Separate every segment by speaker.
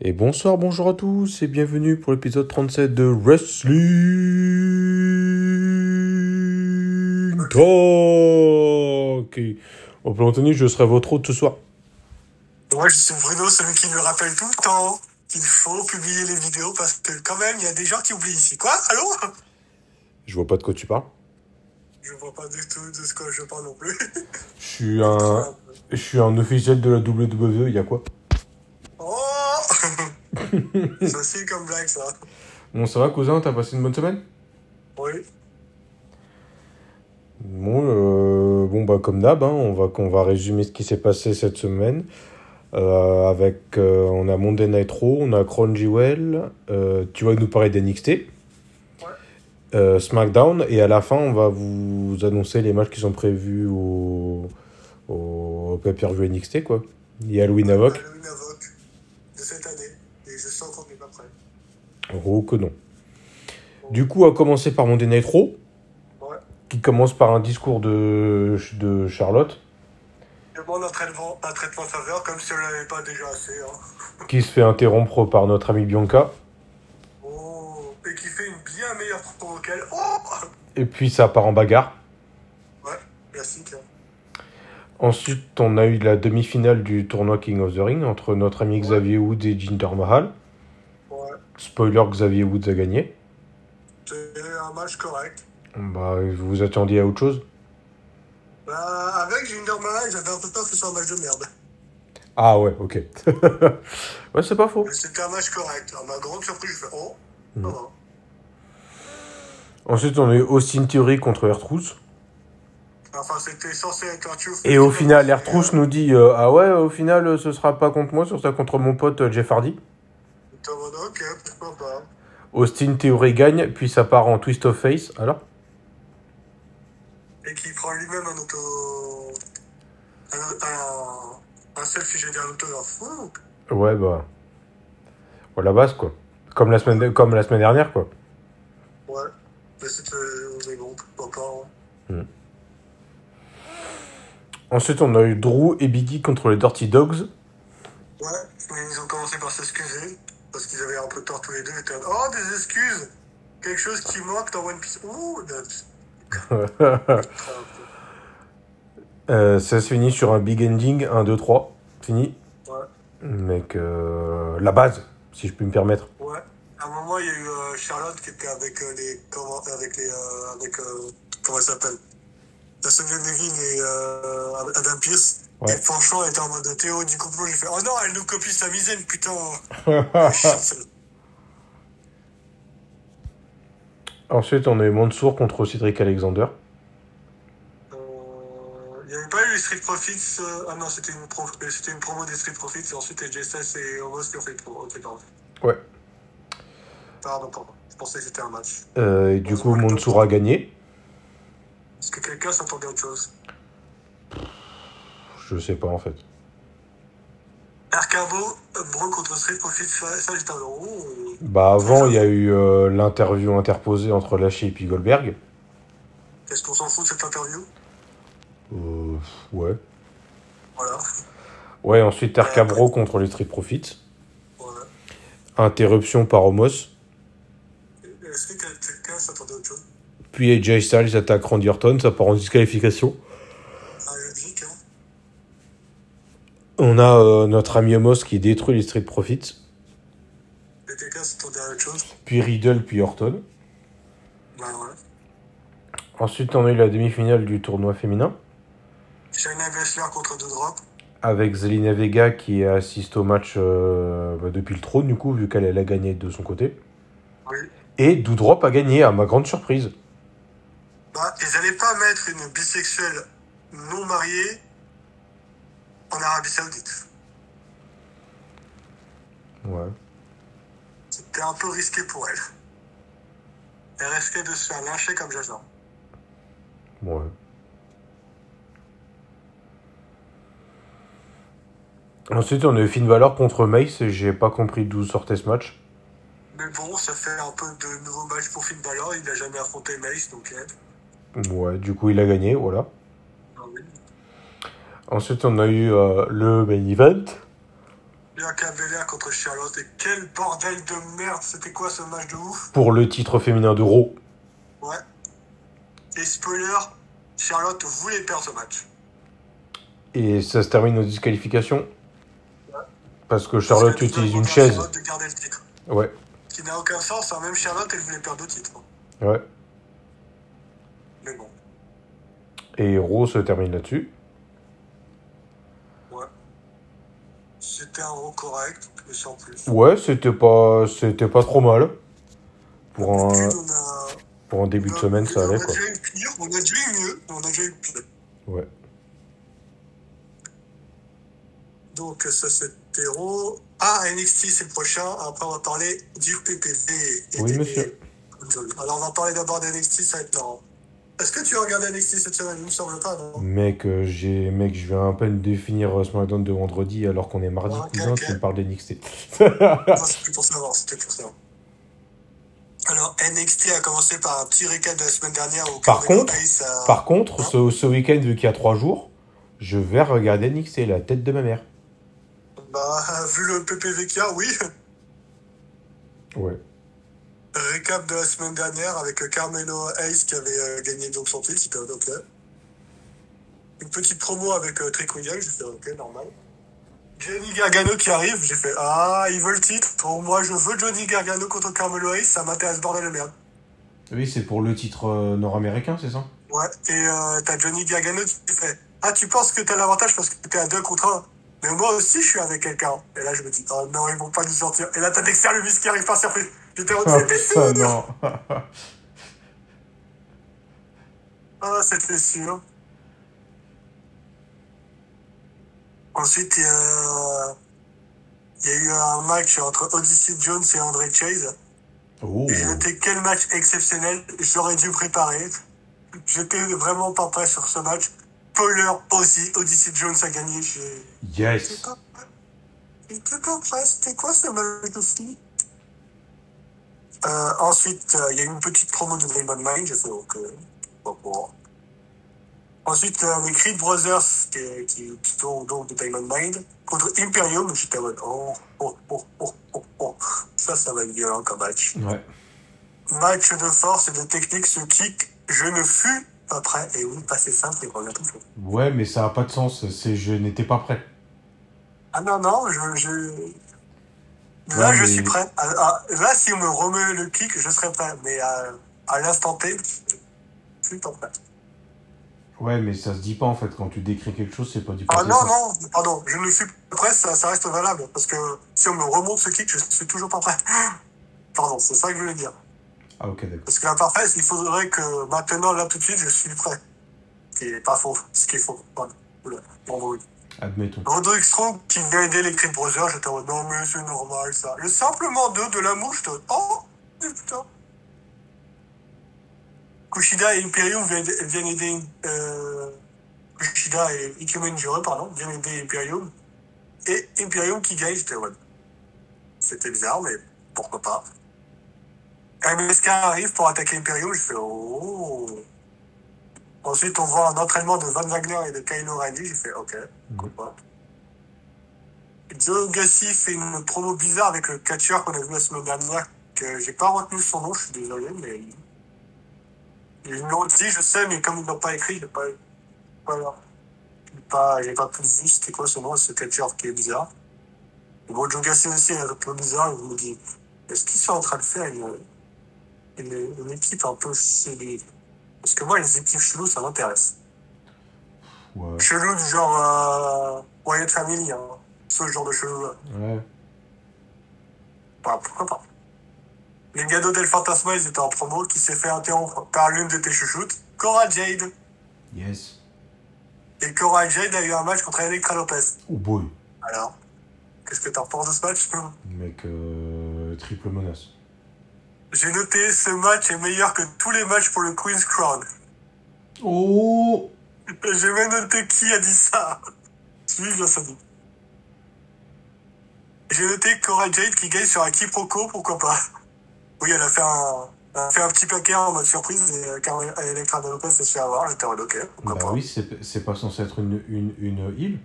Speaker 1: Et bonsoir, bonjour à tous et bienvenue pour l'épisode 37 de Wrestling Talk. Et, Au plan Anthony, je serai votre hôte ce soir.
Speaker 2: Moi, je suis Bruno, celui qui me rappelle tout le temps qu'il faut publier les vidéos parce que quand même, il y a des gens qui oublient ici. Quoi Allô
Speaker 1: Je vois pas de quoi tu parles.
Speaker 2: Je vois pas du tout de ce que je parle non plus.
Speaker 1: Je suis un, je suis un officiel de la WWE, il y a quoi
Speaker 2: Oh Ça c'est comme blague ça.
Speaker 1: Bon, ça va, cousin, t'as passé une bonne semaine
Speaker 2: Oui.
Speaker 1: Bon, euh, bon bah comme d'hab, hein, on va qu'on va résumer ce qui s'est passé cette semaine. Euh, avec, euh, on a Monday Night Raw, on a Crown Jewel, euh, tu vas nous parler d'NXT, euh, SmackDown, et à la fin, on va vous annoncer les matchs qui sont prévus au, au pay-per-view NXT, quoi. Il y a Louis Navoc,
Speaker 2: Halloween Havoc Euh, de cette année. Et je sens qu'on n'est pas prêt.
Speaker 1: oh que non. Du coup, à commencer par Monday Night Raw,
Speaker 2: Ouais.
Speaker 1: qui commence par un discours de, de Charlotte,
Speaker 2: Je demande un traitement, un traitement faveur comme si on l'avait pas déjà assez. Hein.
Speaker 1: qui se fait interrompre par notre amie Bianca.
Speaker 2: Oh Et qui fait une bien meilleure promo qu'elle. Oh
Speaker 1: Et puis ça part en bagarre.
Speaker 2: Ouais, classique. hein.
Speaker 1: Ensuite, on a eu la demi-finale du tournoi King of the Ring entre notre ami Xavier Woods et Jinder Mahal.
Speaker 2: Ouais.
Speaker 1: Spoiler, Xavier Woods a gagné.
Speaker 2: C'est un match correct.
Speaker 1: Bah, vous vous attendiez à autre chose
Speaker 2: Bah, avec Jinder Mahal, j'avais un peu peur que ce soit un match de merde.
Speaker 1: Ah ouais, ok. ouais, c'est pas faux.
Speaker 2: Mais C'était un match correct. À ma grande surprise, je fais Oh, ça
Speaker 1: Mhm.
Speaker 2: va.
Speaker 1: Ensuite, on a eu Austin Theory contre Ertrus.
Speaker 2: Enfin, c'était censé être un tiouf.
Speaker 1: Et au final, Ertrus nous dit euh, Ah ouais, au final, euh, ce sera pas contre moi, ce sera contre mon pote euh, Jeff Hardy.
Speaker 2: T'es en mode, ok, pourquoi pas.
Speaker 1: Austin Theory gagne, puis ça part en twist of face. Alors
Speaker 2: Et qui prend lui-même un auto. Un, un, un selfie, j'ai dit un autographe. Ouh.
Speaker 1: Ouais, bah. Bon, la base, quoi. Comme la semaine, comme la semaine dernière, quoi.
Speaker 2: Ouais. Mais c'était. euh, Mais bon, pourquoi pas. hein.
Speaker 1: Ensuite, on a eu Drew et Biggie contre les Dirty Dogs.
Speaker 2: Ouais. Mais ils ont commencé par s'excuser. Parce qu'ils avaient un peu tort tous les deux. Ils étaient en mode, Oh, des excuses Quelque chose qui manque dans One Piece. Ouh, nuts.
Speaker 1: Euh, ça se finit sur un big ending, 1, 2, 3. Fini.
Speaker 2: Ouais.
Speaker 1: Mec, euh, la base, si je puis me permettre.
Speaker 2: Ouais. À un moment, il y a eu euh, Charlotte qui était avec euh, les. Comment, avec les. euh, avec. euh, comment elle s'appelle La Sonia Deville et euh, Adam Pierce.
Speaker 1: Ouais.
Speaker 2: Et franchement, elle était en mode Théo du complot. J'ai fait Oh non, elle nous copie sa misaine, putain Oh,
Speaker 1: Ensuite, on a eu Mansour contre Cédric Alexander.
Speaker 2: Euh, Il n'y avait pas eu les Street Profits. euh, ah non, c'était une, pro- euh, c'était une promo des Street Profits. Et ensuite, les GSS et Homos qui ont fait une promo. Ok, pardon.
Speaker 1: Ouais.
Speaker 2: Pardon, pardon. Je pensais que c'était un match.
Speaker 1: Euh, et du coup, Mansour a gagné.
Speaker 2: Est-ce que quelqu'un s'entendait à autre chose
Speaker 1: Je sais pas en fait.
Speaker 2: Arcabo, euh, Bro contre Street Profits, ça, ça, j'étais en mode, Oh.
Speaker 1: Bah, avant, il y a eu euh, l'interview interposée entre Lachey et puis Goldberg.
Speaker 2: Est-ce qu'on s'en fout de cette interview
Speaker 1: Euh, ouais.
Speaker 2: Voilà.
Speaker 1: Ouais, ensuite, Arcabro contre les Street Profits.
Speaker 2: voilà.
Speaker 1: Interruption par Homos.
Speaker 2: Est-ce que quelqu'un s'attendait à autre chose
Speaker 1: Puis AJ Styles attaque Randy Orton, ça part en disqualification.
Speaker 2: Ah, logique, hein
Speaker 1: On a euh, notre ami Homos qui détruit les Street Profits.
Speaker 2: Et quelqu'un s'attendait à autre chose
Speaker 1: Puis Riddle, puis Orton.
Speaker 2: Bah ouais.
Speaker 1: Ensuite, on a eu la demi-finale du tournoi féminin.
Speaker 2: Shayna Baszler contre The Drop.
Speaker 1: Avec Zelina Vega qui assiste au match euh, bah, depuis le trône, du coup, vu qu'elle elle a gagné de son côté.
Speaker 2: Oui.
Speaker 1: Et Doudrop a gagné, à ma grande surprise.
Speaker 2: Bah, ils allaient pas mettre une bisexuelle non mariée en Arabie Saoudite.
Speaker 1: Ouais.
Speaker 2: C'était un peu risqué pour elle. Elle risquait de se faire lyncher comme Jason.
Speaker 1: Ouais. Ensuite, on a eu Finn Balor contre Mace. et J'ai pas compris d'où sortait ce match.
Speaker 2: Mais bon, ça fait un peu de nouveau match pour Finn Balor. Il n'a jamais affronté Mace, donc euh,
Speaker 1: Ouais, du coup, il a gagné, voilà.
Speaker 2: ah oui.
Speaker 1: Ensuite, on a eu euh, le main event
Speaker 2: Bianca Belair contre Charlotte. Et quel bordel de merde C'était quoi ce match de ouf
Speaker 1: Pour le titre féminin de Raw.
Speaker 2: Ouais. Et spoiler, Charlotte voulait perdre ce match.
Speaker 1: Et ça se termine aux disqualifications. Parce que Charlotte
Speaker 2: Parce que tu
Speaker 1: utilise
Speaker 2: demandes
Speaker 1: une
Speaker 2: à
Speaker 1: chaise.
Speaker 2: Charlotte de garder le titre.
Speaker 1: Ouais,
Speaker 2: Qui n'a aucun sens, hein. même Charlotte, elle voulait perdre le titre.
Speaker 1: ouais.
Speaker 2: Mais bon.
Speaker 1: Et Raw se termine là-dessus.
Speaker 2: Ouais. C'était un haut correct, mais sans plus.
Speaker 1: Ouais, c'était pas, c'était pas trop mal. Pour un,
Speaker 2: D'habitude, on a-
Speaker 1: pour un début de semaine, ça allait
Speaker 2: on a
Speaker 1: quoi.
Speaker 2: déjà eu pire, on a déjà eu mieux, mais on a déjà eu pire.
Speaker 1: Ouais.
Speaker 2: Donc ça c'était Raw. Ah, NXT c'est le prochain, après on va parler du PPV. et
Speaker 1: Oui,
Speaker 2: des-
Speaker 1: monsieur.
Speaker 2: Alors on va parler d'abord d'NXT, ça va être marrant. Est-ce que tu as regardé NXT cette semaine Il me semble pas, non
Speaker 1: Mec, euh, j'ai, mec, je viens à peine de finir euh, SmackDown de vendredi alors qu'on est mardi
Speaker 2: Ok,
Speaker 1: cousin,
Speaker 2: ok.
Speaker 1: tu me parles d'NXT.
Speaker 2: Non, C'était pour savoir, c'était pour savoir. Alors NXT a commencé par un petit récap de la semaine dernière au euh,
Speaker 1: Par contre,
Speaker 2: ça...
Speaker 1: Par contre, ce, ce week-end, vu qu'il y a trois jours, je vais regarder NXT, la tête de ma mère.
Speaker 2: Bah, vu le PPV qu'il y a, oui.
Speaker 1: Ouais.
Speaker 2: Récap de la semaine dernière avec euh, Carmelo Hayes qui avait euh, gagné donc son titre. Donc, là. Une petite promo avec euh, Trick Williams, j'ai fait ok, normal. Johnny Gargano qui arrive, j'ai fait ah, il veut le titre. Pour moi, je veux Johnny Gargano contre Carmelo Hayes, ça m'intéresse, bordel de merde.
Speaker 1: Oui, c'est pour le titre euh, nord-américain, c'est ça
Speaker 2: Ouais, et euh, t'as Johnny Gargano qui fait ah, tu penses que t'as l'avantage parce que t'es à deux contre un. Mais moi aussi, je suis avec quelqu'un. Et là, je me dis oh non, ils vont pas nous sortir. Et là, t'as Dexter Lumis qui arrive par surprise. J'étais en
Speaker 1: Ah
Speaker 2: mode, c'était
Speaker 1: putain,
Speaker 2: sûr.
Speaker 1: non
Speaker 2: Ah, c'était sûr. Ensuite, il y a- il y a eu un match entre Odyssey Jones et André Chase.
Speaker 1: Oh.
Speaker 2: Et J'ai noté quel match exceptionnel j'aurais dû préparer. J'étais vraiment pas prêt sur ce match. Poller aussi, Odyssey Jones a gagné. J'ai- J'étais
Speaker 1: Yes
Speaker 2: pas prêt. J'étais pas prêt. C'était quoi ce match aussi euh, Ensuite, euh, il y a eu une petite promo de Raymond Mine, j'ai fait donc. euh, bon, bon. Ensuite, euh, les Creed Brothers qui, qui, qui sont donc de Diamond Mind contre Imperium. J'étais en mode oh, oh, oh, oh, oh, oh. Ça, ça va être violent comme match.
Speaker 1: Ouais.
Speaker 2: Match de force et de technique, ce kick, je ne fus pas prêt. Et oui, pas c'est simple, il revient toujours.
Speaker 1: Ouais, mais ça a pas de sens, c'est je n'étais pas prêt.
Speaker 2: Ah non, non, je. je- Là,
Speaker 1: Ouais,
Speaker 2: je
Speaker 1: mais-
Speaker 2: suis prêt. Ah, ah, là, si on me remet le kick, je serai prêt. Mais à, à l'instant T, je suis pas prêt.
Speaker 1: Ouais, mais ça se dit pas en fait, quand tu décris quelque chose, c'est pas du
Speaker 2: Ah
Speaker 1: passé,
Speaker 2: non,
Speaker 1: ça.
Speaker 2: non, pardon, je ne suis pas prêt, ça, ça reste valable. Parce que si on me remonte ce kick, je suis toujours pas prêt. Pardon, c'est ça que je voulais dire.
Speaker 1: Ah ok, d'accord.
Speaker 2: Parce que la parfaite, il faudrait que maintenant, là, tout de suite, je suis prêt. Ce qui est pas faux, ce qui est faux. Voilà. Oula, bravo, oui.
Speaker 1: Admettons.
Speaker 2: Roderick Strong qui vient aider les Creed Brothers, j'étais en mode non mais c'est normal ça. Le simplement deux de l'amour, j'étais en mode oh putain. Kushida et Imperium viennent viennent aider euh, Kushida et Ikemen Jiro, pardon, viennent aider Imperium. Et Imperium qui gagne, j'étais en mode c'était bizarre mais pourquoi pas. MSK arrive pour attaquer Imperium, je fais oh. Ensuite on voit un entraînement de Van Wagner et de Kyle O'Reilly, j'ai fait ok. Pourquoi pas. Joe Gassi fait une promo bizarre avec le catcheur qu'on a vu la semaine dernière, que j'ai pas retenu son nom, je suis désolé, mais. Ils l'ont dit, je sais, mais comme ils l'ont pas écrit, j'ai pas. Voilà. J'ai pas, j'ai pas plus vu c'était quoi son nom, ce catcheur qui est bizarre. Et bon, Joe Gassi aussi est un peu bizarre, je me dis, est-ce qu'ils sont en train de faire une, une, une équipe un peu chelou Parce que moi, les équipes cheloues, ça m'intéresse.
Speaker 1: Ouais.
Speaker 2: Chelou du genre euh, Wyatt Family, hein. ce genre de chelou là.
Speaker 1: Ouais.
Speaker 2: Bah, pourquoi pas. Les gado del Fantasma, ils étaient en promo, qui s'est fait interrompre par l'une de tes chouchoutes, Cora Jade.
Speaker 1: Yes.
Speaker 2: Et Cora Jade a eu un match contre Electra Lopez.
Speaker 1: Oh boy.
Speaker 2: Alors, qu'est-ce que t'en penses de ce match
Speaker 1: Mec, euh, triple menace.
Speaker 2: J'ai noté ce match est meilleur que tous les matchs pour le Queen's Crown.
Speaker 1: Oh
Speaker 2: Et J'ai même noté qui a dit ça. Celui de la Sony. J'ai noté Cora Jade qui gagne sur un quiproquo, pourquoi pas. Oui, elle a fait un, elle a fait un petit paquet en mode surprise et euh, Carmen- Electra de Lopez s'est fait avoir. J'étais en mode ok, pourquoi
Speaker 1: Bah
Speaker 2: pas.
Speaker 1: oui, c'est c'est pas censé être une, une, une île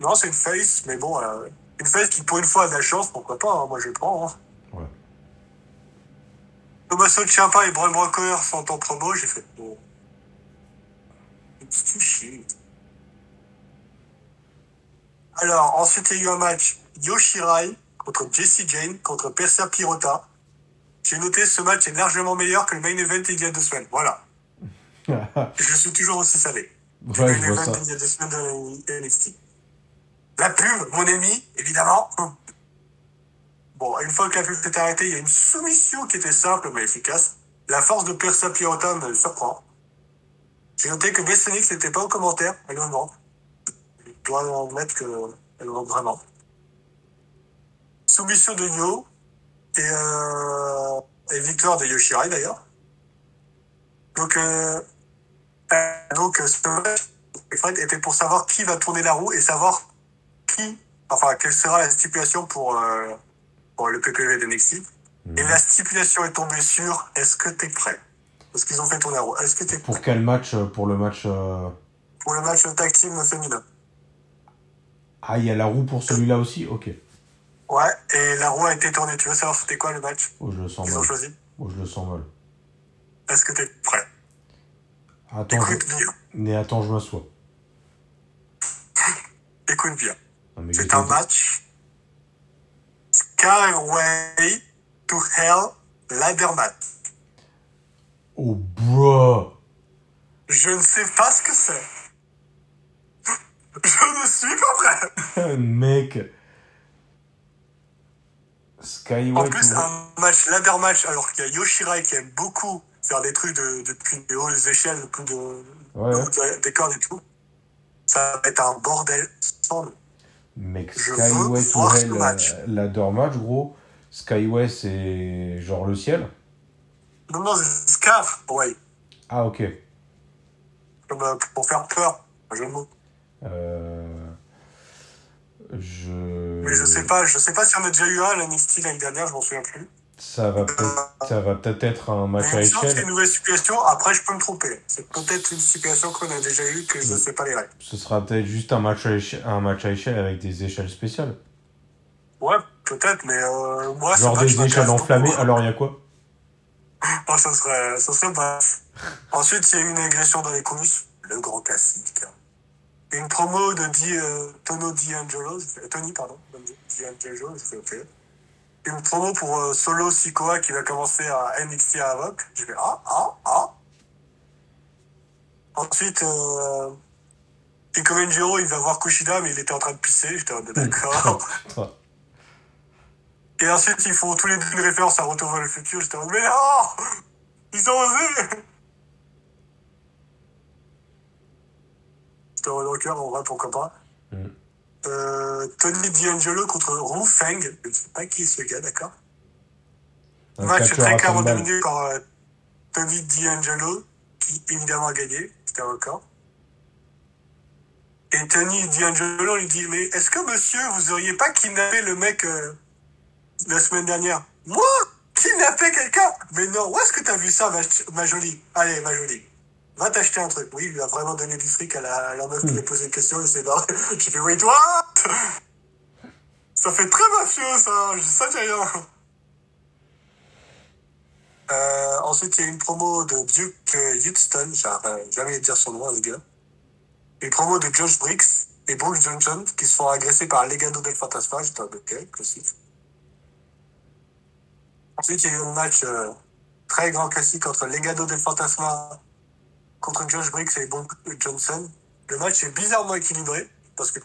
Speaker 2: Non, c'est une face, mais bon, euh, une face qui pour une fois a de la chance, pourquoi pas, hein, moi je prends. Hein.
Speaker 1: Ouais.
Speaker 2: Thomas Ciampa et Bram Brocker sont en promo, j'ai fait bon. C'est une chier. Alors, ensuite, il y a eu un match Yoshirai contre Jesse Jane contre Persia Pirota. J'ai noté ce match est largement meilleur que le main event il y a deux semaines. Voilà. Je suis toujours aussi salé. Le
Speaker 1: ouais,
Speaker 2: main
Speaker 1: je vois
Speaker 2: event
Speaker 1: ça.
Speaker 2: il y a deux semaines de la NXT. La pub, mon ami, évidemment. Bon, une fois que la pub s'est arrêtée, il y a une soumission qui était simple mais efficace. La force de Persia Pirota me surprend. J'ai noté que Bessenix n'était pas au commentaire, également. Je dois admettre que elle manque vraiment. Soumission de Nio et, euh, et victoire de Yoshirai d'ailleurs. Donc, euh, euh, donc euh, ce match Fred, était pour savoir qui va tourner la roue et savoir qui, enfin, quelle sera la stipulation pour, euh, pour le PPV d'NXT. Et la stipulation est tombée sur est-ce que t'es prêt Parce qu'ils ont fait tourner la roue. Est-ce que t'es prêt
Speaker 1: Pour quel match euh, Pour le match. euh,
Speaker 2: pour le match tag team féminin
Speaker 1: Ah, il y a la roue pour celui-là aussi Ok.
Speaker 2: Ouais, et la roue a été tournée. Tu veux savoir c'était quoi le match
Speaker 1: Oh, je le sens
Speaker 2: qu'ils ont
Speaker 1: mal.
Speaker 2: choisi
Speaker 1: Oh, je le sens mal.
Speaker 2: Est-ce que t'es prêt
Speaker 1: Attends, je...
Speaker 2: Écoute bien.
Speaker 1: Mais attends, je m'assois.
Speaker 2: Écoute bien.
Speaker 1: Non, mais
Speaker 2: C'est
Speaker 1: j'étais-
Speaker 2: un match. Skyway to Hell Ladder Match.
Speaker 1: Oh, bro
Speaker 2: Je ne sais pas ce que c'est. Je ne suis pas prêt.
Speaker 1: Mec Skyway.
Speaker 2: En plus,
Speaker 1: tu vois.
Speaker 2: un match ladder match, alors qu'il y a Yoshirai qui aime beaucoup faire des trucs de, depuis de hautes échelles, depuis de,
Speaker 1: Ouais, ouais.
Speaker 2: de- des cordes et tout. Ça va être un bordel sans nom.
Speaker 1: Mec,
Speaker 2: je
Speaker 1: Skyway
Speaker 2: veux
Speaker 1: to
Speaker 2: voir ce
Speaker 1: Hell,
Speaker 2: match.
Speaker 1: euh, la door match, gros. Skyway, c'est genre le ciel
Speaker 2: Non, non, c'est Scar, ouais,
Speaker 1: Ah, ok.
Speaker 2: comme, euh, pour faire peur. un jeu de mots.
Speaker 1: Euh... Je...
Speaker 2: Mais je sais pas, je sais pas si on a déjà eu un à la NXT l'année dernière, je m'en souviens plus. Euh,
Speaker 1: Ça va peut-être ça va peut-être être un match à
Speaker 2: Mais il me semble que c'est une
Speaker 1: échelle.
Speaker 2: nouvelle situation, après je peux me tromper. C'est peut-être une situation qu'on a déjà eue que je ne sais pas les règles.
Speaker 1: Ce sera peut-être juste un match, à éche- un match à échelle avec des échelles spéciales.
Speaker 2: Ouais, peut-être, mais euh, moi, c'est
Speaker 1: Genre
Speaker 2: pas que je
Speaker 1: des échelles
Speaker 2: m'intéresse
Speaker 1: enflammées.
Speaker 2: beaucoup.
Speaker 1: Alors, il y a quoi
Speaker 2: Oh, ça serait, ça serait pas. Ensuite, il y a eu une agression dans les coulisses, le grand classique. Et une promo de Di, euh, Tono D'Angelo, je fais- Tony, pardon, D'Angelo, je fais ok. Une promo pour euh, Solo Sikoa qui va commencer à NXT à Avoc. Je fais ah, ah, ah. Ensuite, euh, Pico Mangero, il va voir Kushida, mais il était en train de pisser, j'étais en mode, d'accord.
Speaker 1: Putain.
Speaker 2: Et ensuite, ils font tous les deux une référence à Retour vers le futur. J'étais en mode, mais non Ils ont osé J'étais en mode, ok, en vrai, pourquoi pas.
Speaker 1: Mm.
Speaker 2: Euh, Tony D'Angelo contre Ru Feng. Je ne sais pas qui est ce gars, d'accord
Speaker 1: Un
Speaker 2: Match
Speaker 1: catcheur
Speaker 2: très
Speaker 1: à
Speaker 2: clairement
Speaker 1: 30 balles.
Speaker 2: dominé par euh, Tony D'Angelo, qui évidemment a gagné. C'était un record. Et Tony D'Angelo lui dit Mais est-ce que monsieur, vous auriez pas kidnappé le mec euh, la semaine dernière Moi Kidnapper quelqu'un Mais non, où est-ce que t'as vu ça, ma, ch- ma jolie Allez, ma jolie. Va t'acheter un truc. Oui, il lui a vraiment donné du fric à la, à la meuf qui
Speaker 1: Hmm.
Speaker 2: lui a posé une question. Il s'est barré. J'ai fait Wait, what Ça fait très mafieux, ça. Je- Ça dit rien. Euh, ensuite, il y a une promo de Duke euh, Houston, j'arrive jamais dire son nom, ce gars. Une promo de Josh Briggs et Brooks Johnson qui se font agresser par Legado del Fantasma, j'étais un ok, classique. Ensuite, il y a eu un match euh, très grand classique entre Legado del Fantasma contre Josh Briggs et Brooks Johnson. Le match est bizarrement équilibré parce que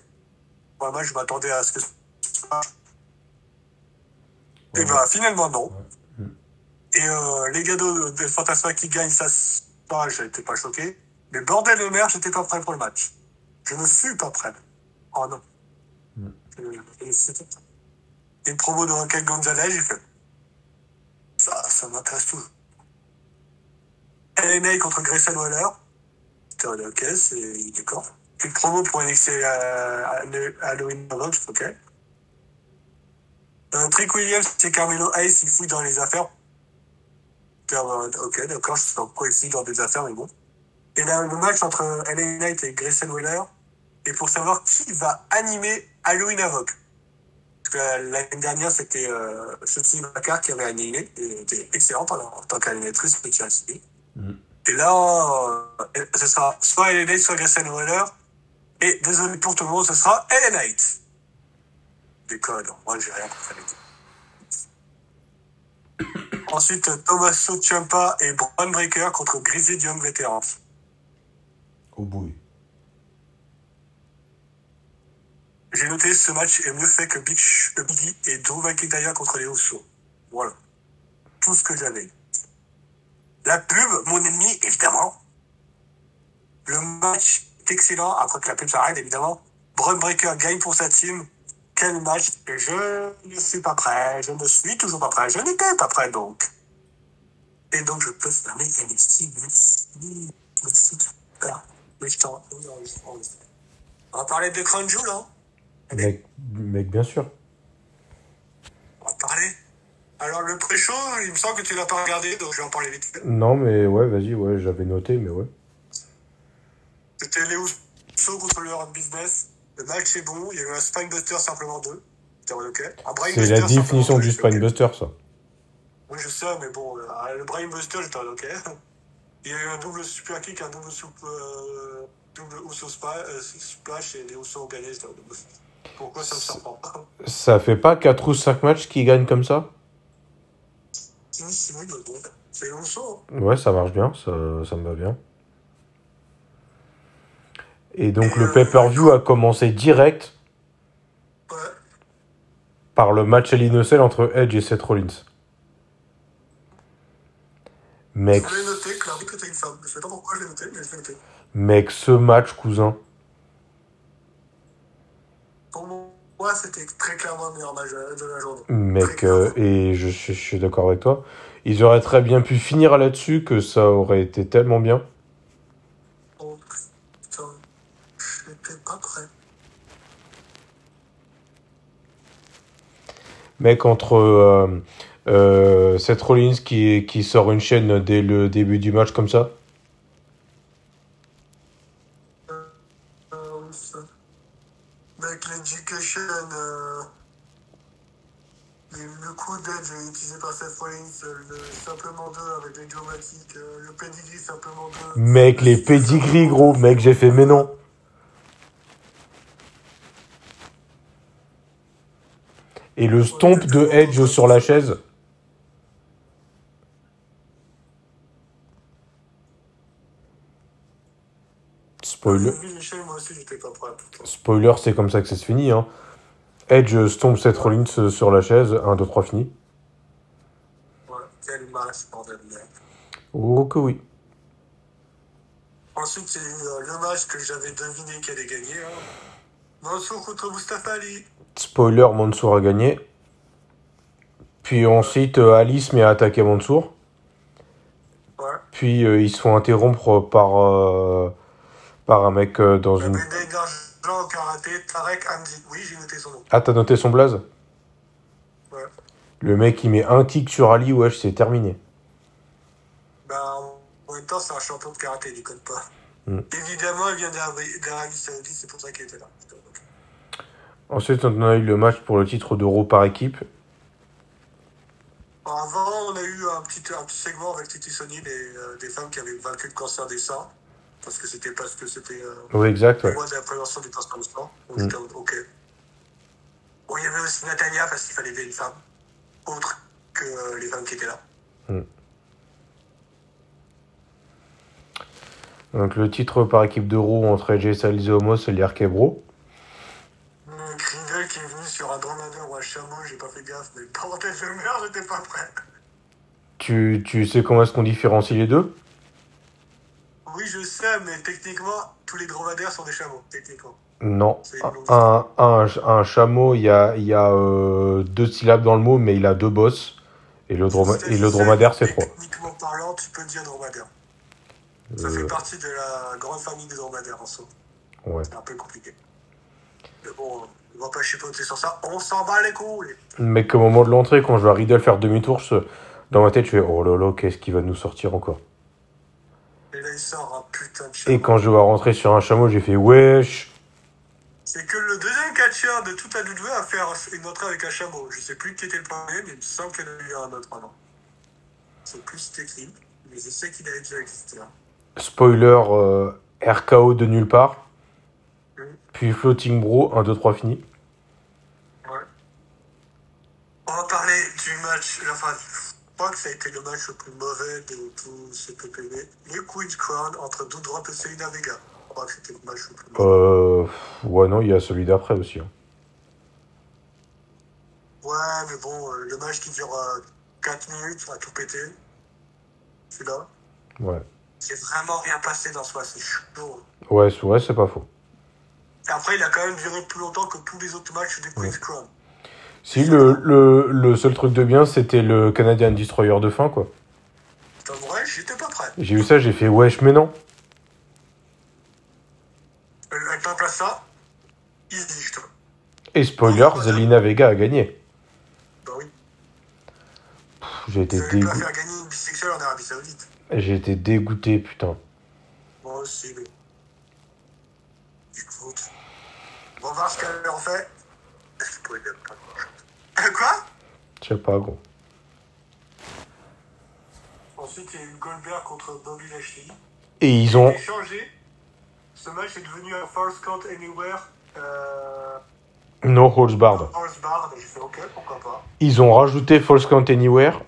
Speaker 2: pour un match, je m'attendais à ce que ce soit. Et
Speaker 1: Ouais.
Speaker 2: ben finalement, non.
Speaker 1: Ouais.
Speaker 2: Et euh, les gars de, de Fantasma qui gagnent, ça, c'est pas, j'étais pas choqué. Mais bordel de merde, j'étais pas prêt pour le match. Je ne suis pas prêt. Oh non.
Speaker 1: Mm.
Speaker 2: Euh, et c'est- et le promo de Raquel Gonzalez, j'ai fait. Ça, ça m'intéresse tout. LNA contre Grayson Waller. Putain, ok, c'est d'accord. Une promo pour NXT euh, Hall- Halloween Box, ok. Euh, Trick Williams, c'est Carmelo Hayes, il fouille dans les affaires. Putain, euh, Ok, d'accord, je sais pas pourquoi il fouille dans des affaires, mais bon. Et là, le match entre LA Knight et Grayson Waller, et pour savoir qui va animer Halloween Havoc. Parce que, euh, L'année dernière, c'était euh, Shotzi Bakar qui avait animé, et était excellente en, en tant qu'animatrice, mais qui a signé.
Speaker 1: Mhm.
Speaker 2: Et là, euh, ce sera soit Ellen Knight, soit Grayson Waller. Et désolé pour tout le monde, ce sera Ellen Knight. Déconne, moi j'ai rien contre Ellen Knight. Ensuite, Tommaso Ciampa et Braun Breaker contre Grizzly Young Veterans.
Speaker 1: Au bout.
Speaker 2: J'ai noté ce match est mieux fait que Big Sh- que Biggie et Drew McIntyre contre les Usos. Voilà. Tout ce que j'avais. La pub, mon ennemi, évidemment. Le match est excellent, après que la pub s'arrête, évidemment. Braun Breaker gagne pour sa team. Quel match Je ne suis pas prêt, je ne suis toujours pas prêt, je n'étais pas prêt donc. Et donc je peux fermer NXT, merci, merci, super. Mais je t'en... oui, non, je t'en- On va parler de Crown Jewel, hein Allez.
Speaker 1: Mec, mec, bien sûr.
Speaker 2: On va parler. Alors, le pré-show, il me semble que tu l'as pas regardé, donc je vais en parler vite fait.
Speaker 1: Non, mais ouais, vas-y, ouais, j'avais noté, mais ouais.
Speaker 2: C'était les Usos contre le Hard Business. Le match est bon. Il y a eu un Spinebuster simplement deux. C'était ok. Un
Speaker 1: C'est
Speaker 2: Brainbuster
Speaker 1: la
Speaker 2: simplement
Speaker 1: définition
Speaker 2: deux,
Speaker 1: du
Speaker 2: c'est ok.
Speaker 1: Spinebuster, ça.
Speaker 2: Oui, je sais, mais bon, euh, le Brainbuster, j'étais en ok. Il y a eu un double super kick, un double, soup, euh, double Uso spa- euh, splash et les Usos ont gagné. J'étais en double. Pourquoi ça me surprend pas
Speaker 1: Ça fait pas 4 ou 5 matchs qui gagnent comme ça
Speaker 2: Oui, oui, mais bon, c'est hein. les Usos.
Speaker 1: Ouais, ça marche bien, ça, ça me va bien. Et donc
Speaker 2: Et,
Speaker 1: le
Speaker 2: euh,
Speaker 1: pay-per-view a commencé direct
Speaker 2: Ouais.
Speaker 1: par le match à l'innocent entre Edge et Seth Rollins.
Speaker 2: Je
Speaker 1: Mec,
Speaker 2: voulais noter que la route était une femme. Je sais pas pourquoi je l'ai noté, mais je l'ai noté.
Speaker 1: mec, ce match, cousin.
Speaker 2: Pour moi, c'était très clairement le meilleur match de la journée.
Speaker 1: Mec, euh, et je, suis- je suis d'accord avec toi. Ils auraient très bien pu finir là-dessus, que ça aurait été tellement bien.
Speaker 2: Oh putain, j'étais pas prêt.
Speaker 1: Mec, entre euh, euh, Seth Rollins qui, qui sort une chaîne dès le début du match comme ça,
Speaker 2: Euh, où ça Avec l'Education, euh, et le coup d'aide utilisé par Seth Rollins, euh, le simplement 2 avec les Geomatiques, le pedigree simplement 2.
Speaker 1: Mec, les pédigris, gros. Mec, j'ai fait, mais non. Et le stomp de Edge sur la chaise. Spoiler,
Speaker 2: L'échelle, moi aussi, j'étais pas prêt. putain.
Speaker 1: spoiler c'est comme ça que ça se finit. Hein. Edge stomp Seth Rollins euh, sur la chaise. 1, 2, 3, fini.
Speaker 2: Ouais, quel match, bordel de merde.
Speaker 1: Oh que oui.
Speaker 2: Ensuite, il y a eu euh, le match que j'avais deviné qu'elle allait gagner. Hein. Mansour contre Mustafa Ali.
Speaker 1: Spoiler, Mansour a gagné. Puis ensuite, euh, Alice met à attaquer Mansour.
Speaker 2: Ouais.
Speaker 1: Puis euh, ils se font interrompre par, euh, par un mec euh, dans
Speaker 2: La
Speaker 1: une.
Speaker 2: médaille d'argent au karaté, Tarek Hamdi. Oui, j'ai noté son nom.
Speaker 1: Ah, t'as noté son blaze
Speaker 2: Ouais.
Speaker 1: Le mec il met un kick sur Ali, wesh, c'est terminé.
Speaker 2: Bah, en même temps, c'est un champion de karaté, il déconne pas.
Speaker 1: Mm.
Speaker 2: Évidemment, il vient d'Arabie d'Arabie Saoudite, c'est pour ça qu'il était là. Donc,
Speaker 1: Ensuite, on a eu le match pour le titre d'Euro par équipe.
Speaker 2: Avant, on a eu un petit, un petit segment avec Titi Sony des, euh, des femmes qui avaient vaincu le cancer des seins. Parce que c'était parce que c'était euh,
Speaker 1: Oui, exact,
Speaker 2: le
Speaker 1: ouais.
Speaker 2: mois de la prévention du cancer du sang. Donc,
Speaker 1: Mm.
Speaker 2: j'étais en mode, ok. Bon, il y avait aussi Natania parce qu'il fallait aider une femme. Autre que euh, les femmes qui étaient là.
Speaker 1: Donc, le titre par équipe d'Euro entre Edge et Homos et Liarkebro.
Speaker 2: Le Kringle qui est venu sur un dromadaire ou un chameau, j'ai pas fait gaffe, mais parenthèse de merde, j'étais pas prêt.
Speaker 1: Tu, tu sais comment est-ce qu'on différencie les deux
Speaker 2: Oui, je sais, mais techniquement, tous les dromadaires sont des chameaux, techniquement.
Speaker 1: Non.
Speaker 2: C'est
Speaker 1: Un, un, un chameau, il y a, il y a euh, deux syllabes dans le mot, mais il a deux bosses. Et le, droma-
Speaker 2: Je sais,
Speaker 1: et
Speaker 2: je
Speaker 1: le
Speaker 2: sais,
Speaker 1: dromadaire, c'est
Speaker 2: mais
Speaker 1: trois.
Speaker 2: Techniquement parlant, tu peux dire dromadaire. Ça
Speaker 1: Euh,
Speaker 2: fait partie de la grande famille des dromadaires, en soi.
Speaker 1: ouais.
Speaker 2: C'est un peu compliqué. Mais bon, on va pas chipoter sur ça, on s'en bat les couilles
Speaker 1: Mec, au moment de l'entrée, quand je vois Riddle faire demi-tour, je- dans ma tête, je fais Oh lolo, qu'est-ce qui va nous sortir encore
Speaker 2: Et là, il sort un putain de chameau.
Speaker 1: Et quand je vois rentrer sur un chameau, j'ai fait Wesh
Speaker 2: C'est que le deuxième catcheur de toute la WWE à faire une entrée avec un chameau. Je sais plus qui était le premier, mais il me semble qu'il y en a eu un autre avant. Je sais plus c'était qui, mais je sais qu'il avait déjà existé hein. un.
Speaker 1: Spoiler, euh, RKO de nulle part.
Speaker 2: Oui.
Speaker 1: Puis Floating Bro, 1, 2, 3 fini.
Speaker 2: Ouais. On va parler du match, enfin, je crois que ça a été le match le plus mauvais de tout ce PPV. Le Queen's Crown entre Doudrop et Selena Vega. Je crois que c'était le match le plus mauvais.
Speaker 1: Euh, ouais, non, il y a celui d'après aussi. hein.
Speaker 2: Ouais, mais bon, euh, le match qui dure euh, 4 minutes à tout péter. Celui-là.
Speaker 1: Ouais,
Speaker 2: C'est vraiment rien passé dans ce match, c'est chaud. hein.
Speaker 1: ouais, c'est- ouais, c'est pas faux.
Speaker 2: Après, il a quand même duré plus longtemps que tous les autres matchs des Queen's Crown.
Speaker 1: Si, le, le, le seul truc de bien, c'était le Canadian Destroyer de fin, quoi.
Speaker 2: En vrai, j'étais pas prêt.
Speaker 1: J'ai vu ça, j'ai fait wesh, mais non.
Speaker 2: Euh, Elle tape à ça. Easy, je te
Speaker 1: Et spoiler, Zelina Vega a gagné.
Speaker 2: Bah oui.
Speaker 1: Pff, J'ai été,
Speaker 2: Je vais pas
Speaker 1: dégo-
Speaker 2: faire gagner une bisexuelle en Arabie Saoudite.
Speaker 1: j'ai été dégoûté, putain.
Speaker 2: Moi aussi, mais. Écoute. On va voir ce qu'elle en fait. Je pourrais même pas. Euh, Quoi
Speaker 1: Je sais pas, gros.
Speaker 2: Ensuite, il y a eu Goldberg contre Bobby Lashley.
Speaker 1: Et ils ont.
Speaker 2: J'ai changé. Ce match est devenu un False Count Anywhere. Euh.
Speaker 1: No holds barred.
Speaker 2: False Bar. mais J'ai fait OK, pourquoi pas.
Speaker 1: Ils ont rajouté False Count Anywhere.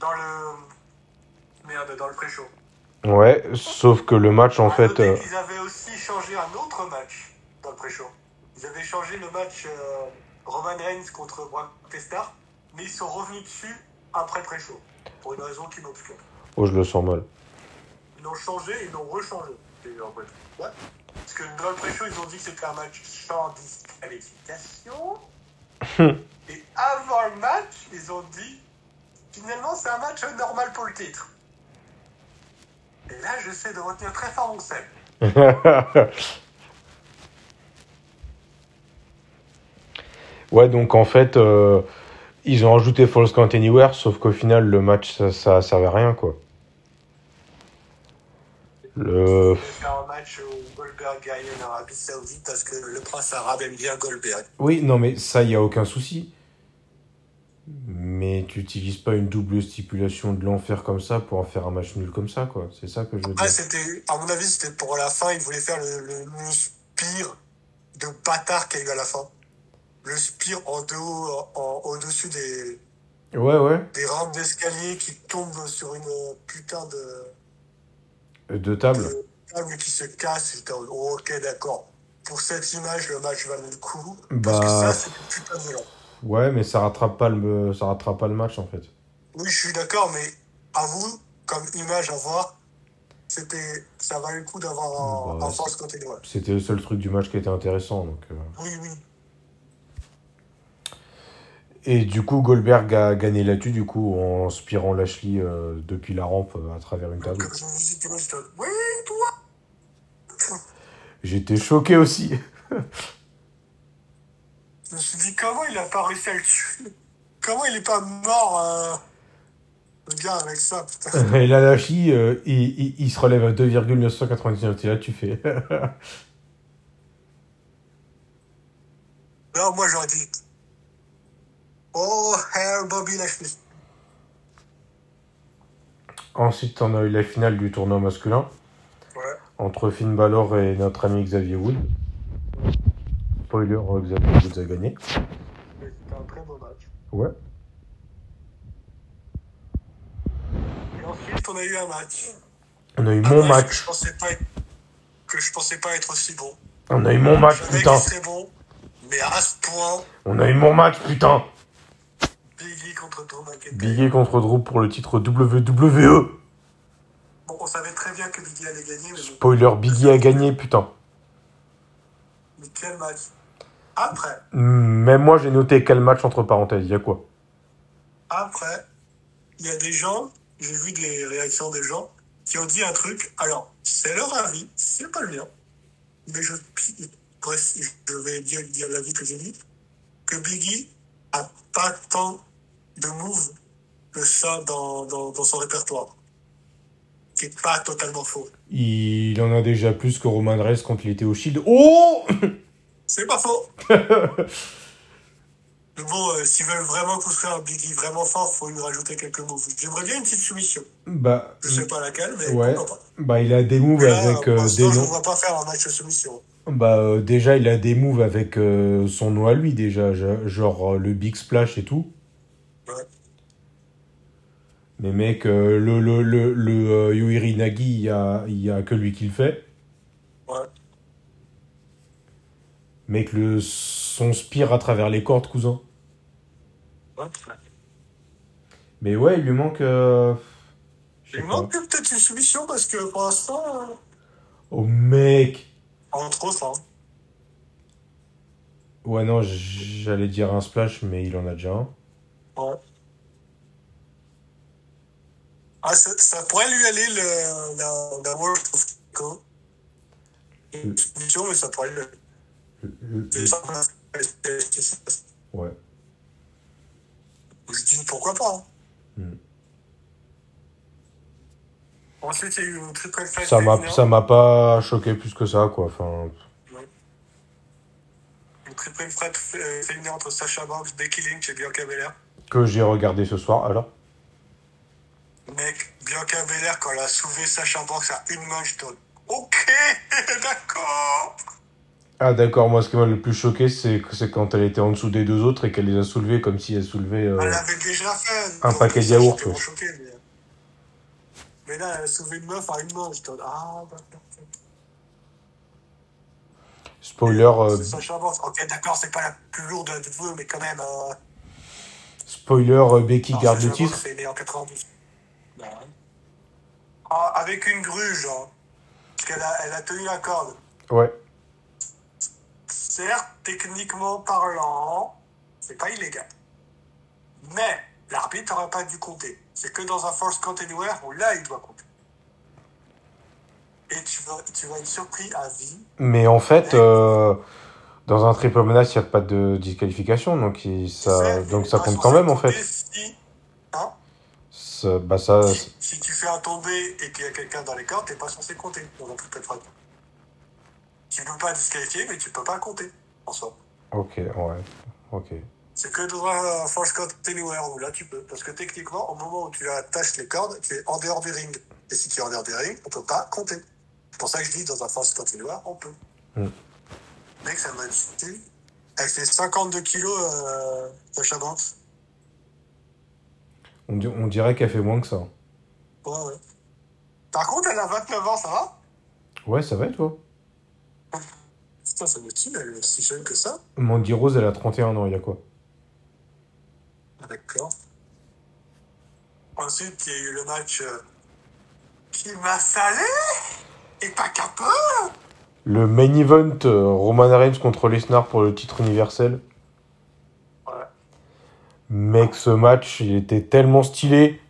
Speaker 2: Dans le. Merde, dans le pré-show.
Speaker 1: Ouais, sauf que le match, en
Speaker 2: À
Speaker 1: fait.
Speaker 2: noter
Speaker 1: euh,
Speaker 2: qu'ils avaient aussi changé un autre match dans le pré-show. Ils avaient changé le match euh, Roman Reigns contre Brock Lesnar, mais ils sont revenus dessus après le pré-show, pour une raison qui m'obscure.
Speaker 1: Oh, je le sens mal.
Speaker 2: Ils l'ont changé et ils l'ont rechangé. Et en fait, what Parce que dans le pré-show, ils ont dit que c'était un match sans disqualification. et avant le match, ils ont dit finalement, c'est un match normal pour le titre. Et là, je sais de retenir très fort mon sel.
Speaker 1: ouais, donc en fait, euh, ils ont rajouté False Count Anywhere, sauf qu'au final, le match, ça, ça servait à rien, quoi. Le...
Speaker 2: faire un match où Goldberg gagne en Arabie Saoudite parce que le prince arabe aime bien Goldberg.
Speaker 1: Oui, non, mais ça, il n'y a aucun souci. Mais tu n'utilises pas une double stipulation de l'enfer comme ça pour en faire un match nul comme ça, quoi. C'est ça que je veux dire.
Speaker 2: Après, Ah, c'était, à mon avis, c'était pour la fin. Il voulait faire le, le, le spire de bâtard qu'il y a eu à la fin. Le spire en deux, en, au-dessus des,
Speaker 1: Ouais, ouais.
Speaker 2: des rampes d'escalier qui tombent sur une putain de,
Speaker 1: Deux tables.
Speaker 2: de table qui se casse. J'étais en mode, oh, ok, d'accord. Pour cette image, le match valait le coup. Parce que
Speaker 1: Bah.
Speaker 2: ça, c'est putain de violent.
Speaker 1: Ouais, mais ça rattrape pas le, ça rattrape pas le match, en fait.
Speaker 2: Oui, je suis d'accord, mais à vous, comme image à voir, c'était, ça valait le coup d'avoir un,
Speaker 1: Bah,
Speaker 2: un force côté droit.
Speaker 1: C'était le seul truc du match qui était intéressant, donc... euh.
Speaker 2: Oui, oui.
Speaker 1: Et du coup, Goldberg a gagné là-dessus, du coup, en spirant Lashley euh, depuis la rampe euh, à travers une table.
Speaker 2: Comme je vous dis, tu vois, j'étais en mode, oui, toi.
Speaker 1: J'étais choqué aussi.
Speaker 2: Je me suis dit, comment il a pas réussi à le tuer Comment il est pas mort, euh, le gars avec ça, putain.
Speaker 1: Et là, Lashley, euh, il, il- il se relève à 2,999. Et là, tu fais...
Speaker 2: Non, moi, j'aurais dit, oh, hair Bobby Lashley.
Speaker 1: Ensuite, on a eu la finale du tournoi masculin
Speaker 2: Ouais.
Speaker 1: entre Finn Balor et notre ami Xavier Wood. Spoiler, euh, Xavier Wood a gagné.
Speaker 2: Mais C'était un très beau match.
Speaker 1: Ouais.
Speaker 2: Et ensuite, on a eu un match.
Speaker 1: On a eu
Speaker 2: Un
Speaker 1: mon
Speaker 2: Que je
Speaker 1: match.
Speaker 2: pensais pas être, que je pensais pas être aussi bon.
Speaker 1: On a eu mon match,
Speaker 2: Je savais
Speaker 1: putain.
Speaker 2: qu'il serait bon, mais à ce point,
Speaker 1: On a eu mon match, putain.
Speaker 2: Biggie contre Drew McIntyre.
Speaker 1: Billet contre Drew pour le titre E. WWE.
Speaker 2: Bon, on savait très bien que Biggie allait gagner, mais, bon,
Speaker 1: Spoiler, Biggie a gagné, putain.
Speaker 2: mais quel match Après,
Speaker 1: Même moi, j'ai noté quel match entre parenthèses. Il y a quoi
Speaker 2: après, il y a des gens, j'ai vu des réactions des gens qui ont dit un truc. Alors, c'est leur avis, c'est pas le mien, mais je, bref, je vais dire, dire l'avis que j'ai dit, que Biggie a pas tant de moves que ça dans, dans, dans son répertoire. Qui est pas totalement faux.
Speaker 1: Il en a déjà plus que Roman Reigns quand il était au Shield. Oh
Speaker 2: C'est pas faux. Mais bon, euh, s'ils veulent vraiment construire un Biggie vraiment fort, faut lui rajouter quelques moves. J'aimerais bien une petite soumission.
Speaker 1: Bah,
Speaker 2: Je sais pas laquelle, mais
Speaker 1: ouais.
Speaker 2: pourquoi pas.
Speaker 1: bah, il a des moves
Speaker 2: Mais là,
Speaker 1: avec
Speaker 2: pour
Speaker 1: euh,
Speaker 2: l'instant,
Speaker 1: des
Speaker 2: Ah, je
Speaker 1: noms.
Speaker 2: ne vois pas faire un match de soumission.
Speaker 1: Bah, euh, déjà, il a des moves avec euh, son nom à lui, déjà. je- Genre euh, le Big Splash et tout.
Speaker 2: Ouais.
Speaker 1: Mais mec, euh, le, le, le, le euh, Yoiri Nagi, il y a, il y a que lui qui le fait.
Speaker 2: Ouais.
Speaker 1: Mec, le, son spire à travers les cordes, cousin.
Speaker 2: Ouais.
Speaker 1: Mais ouais, il lui manque. euh, je sais
Speaker 2: Il
Speaker 1: pas.
Speaker 2: manque peut-être une soumission parce que pour l'instant, euh,
Speaker 1: Oh mec
Speaker 2: entre autres, hein.
Speaker 1: Ouais, non, j- j'allais dire un splash, mais il en a déjà un.
Speaker 2: Ouais. Ah, ça, ça pourrait lui aller le, la, la World of Go.
Speaker 1: Mm.
Speaker 2: Une soumission, mais ça pourrait lui aller.
Speaker 1: Le- le-
Speaker 2: C'est ça, c'est- c'est ça.
Speaker 1: Ouais.
Speaker 2: Je dis pourquoi pas. hein.
Speaker 1: Hmm.
Speaker 2: Ensuite, il y a eu une triple threat
Speaker 1: Ça m'a,
Speaker 2: féminin.
Speaker 1: ça m'a pas choqué plus que ça, quoi. Enfin,
Speaker 2: Une triple threat fé- euh, féminin entre Sasha Banks, Becky Lynch et Bianca Belair.
Speaker 1: que j'ai regardé ce soir, alors.
Speaker 2: Mec, Bianca Belair, quand elle a soulevé Sasha Banks à une main, je donne. Ok, d'accord.
Speaker 1: Ah, d'accord, moi, ce qui m'a le plus choqué, c'est, que- c'est quand elle était en dessous des deux autres et qu'elle les a soulevés comme si elle soulevait. euh,
Speaker 2: Elle l'avait déjà fait.
Speaker 1: Un
Speaker 2: donc
Speaker 1: paquet de
Speaker 2: ça,
Speaker 1: yaourts,
Speaker 2: j'étais
Speaker 1: quoi.
Speaker 2: choqué, mais... euh, mais là, elle a soulevé une meuf à une main, je donne. Ah, bah,
Speaker 1: Spoiler, euh,
Speaker 2: c'est Sasha Banks. Ok, d'accord, c'est pas la plus lourde de vous, mais quand même. euh,
Speaker 1: spoiler, euh, Becky
Speaker 2: Non,
Speaker 1: garde
Speaker 2: ça,
Speaker 1: le
Speaker 2: je vois
Speaker 1: titre.
Speaker 2: que C'est né en 92. Ah, avec une grue, genre. Parce qu'elle a, elle a tenu la corde.
Speaker 1: Ouais.
Speaker 2: Certes, techniquement parlant, c'est pas illégal. Mais l'arbitre n'aurait pas dû compter. C'est que dans un force count anywhere où là, il doit compter. Et tu vas, tu vas être surpris à vie.
Speaker 1: Mais en fait, euh, dans un triple menace, il n'y a pas de disqualification, donc, il- ça,
Speaker 2: Certes,
Speaker 1: donc
Speaker 2: il
Speaker 1: ça
Speaker 2: est pas
Speaker 1: compte quand
Speaker 2: censé
Speaker 1: même, en
Speaker 2: compter
Speaker 1: fait.
Speaker 2: Si, hein,
Speaker 1: Ça- bah, ça,
Speaker 2: si, si tu fais un tombé et qu'il y a quelqu'un dans les cordes, t'es pas censé compter dans un triple threat. Tu peux pas disqualifier, mais tu peux pas compter, en soi.
Speaker 1: ok, ouais. Ok.
Speaker 2: C'est que dans un force count anywhere où là tu peux. Parce que techniquement, au moment où tu attaches les cordes, tu es en dehors du ring. Et si tu es en dehors du ring, on peut pas compter. C'est pour ça que je dis dans un force count anywhere, on peut.
Speaker 1: Mm.
Speaker 2: Mec, ça m'a tué. Elle fait 52 kilos, euh, Sasha Banks.
Speaker 1: On, di- on dirait qu'elle fait moins que ça.
Speaker 2: Ouais, ouais. Par contre, elle a 29 ans, ça va
Speaker 1: Ouais, ça va, toi
Speaker 2: Putain, ça me tue, elle est si jeune que ça.
Speaker 1: Mandy Rose, elle a 31 ans, il y a quoi
Speaker 2: Ah, D'accord. Ensuite, il y a eu le match euh, qui m'a salé et pas qu'un peu.
Speaker 1: Le main event, euh, Roman Reigns contre Lesnar pour le titre universel.
Speaker 2: Ouais.
Speaker 1: Mec, ce match, il était tellement stylé.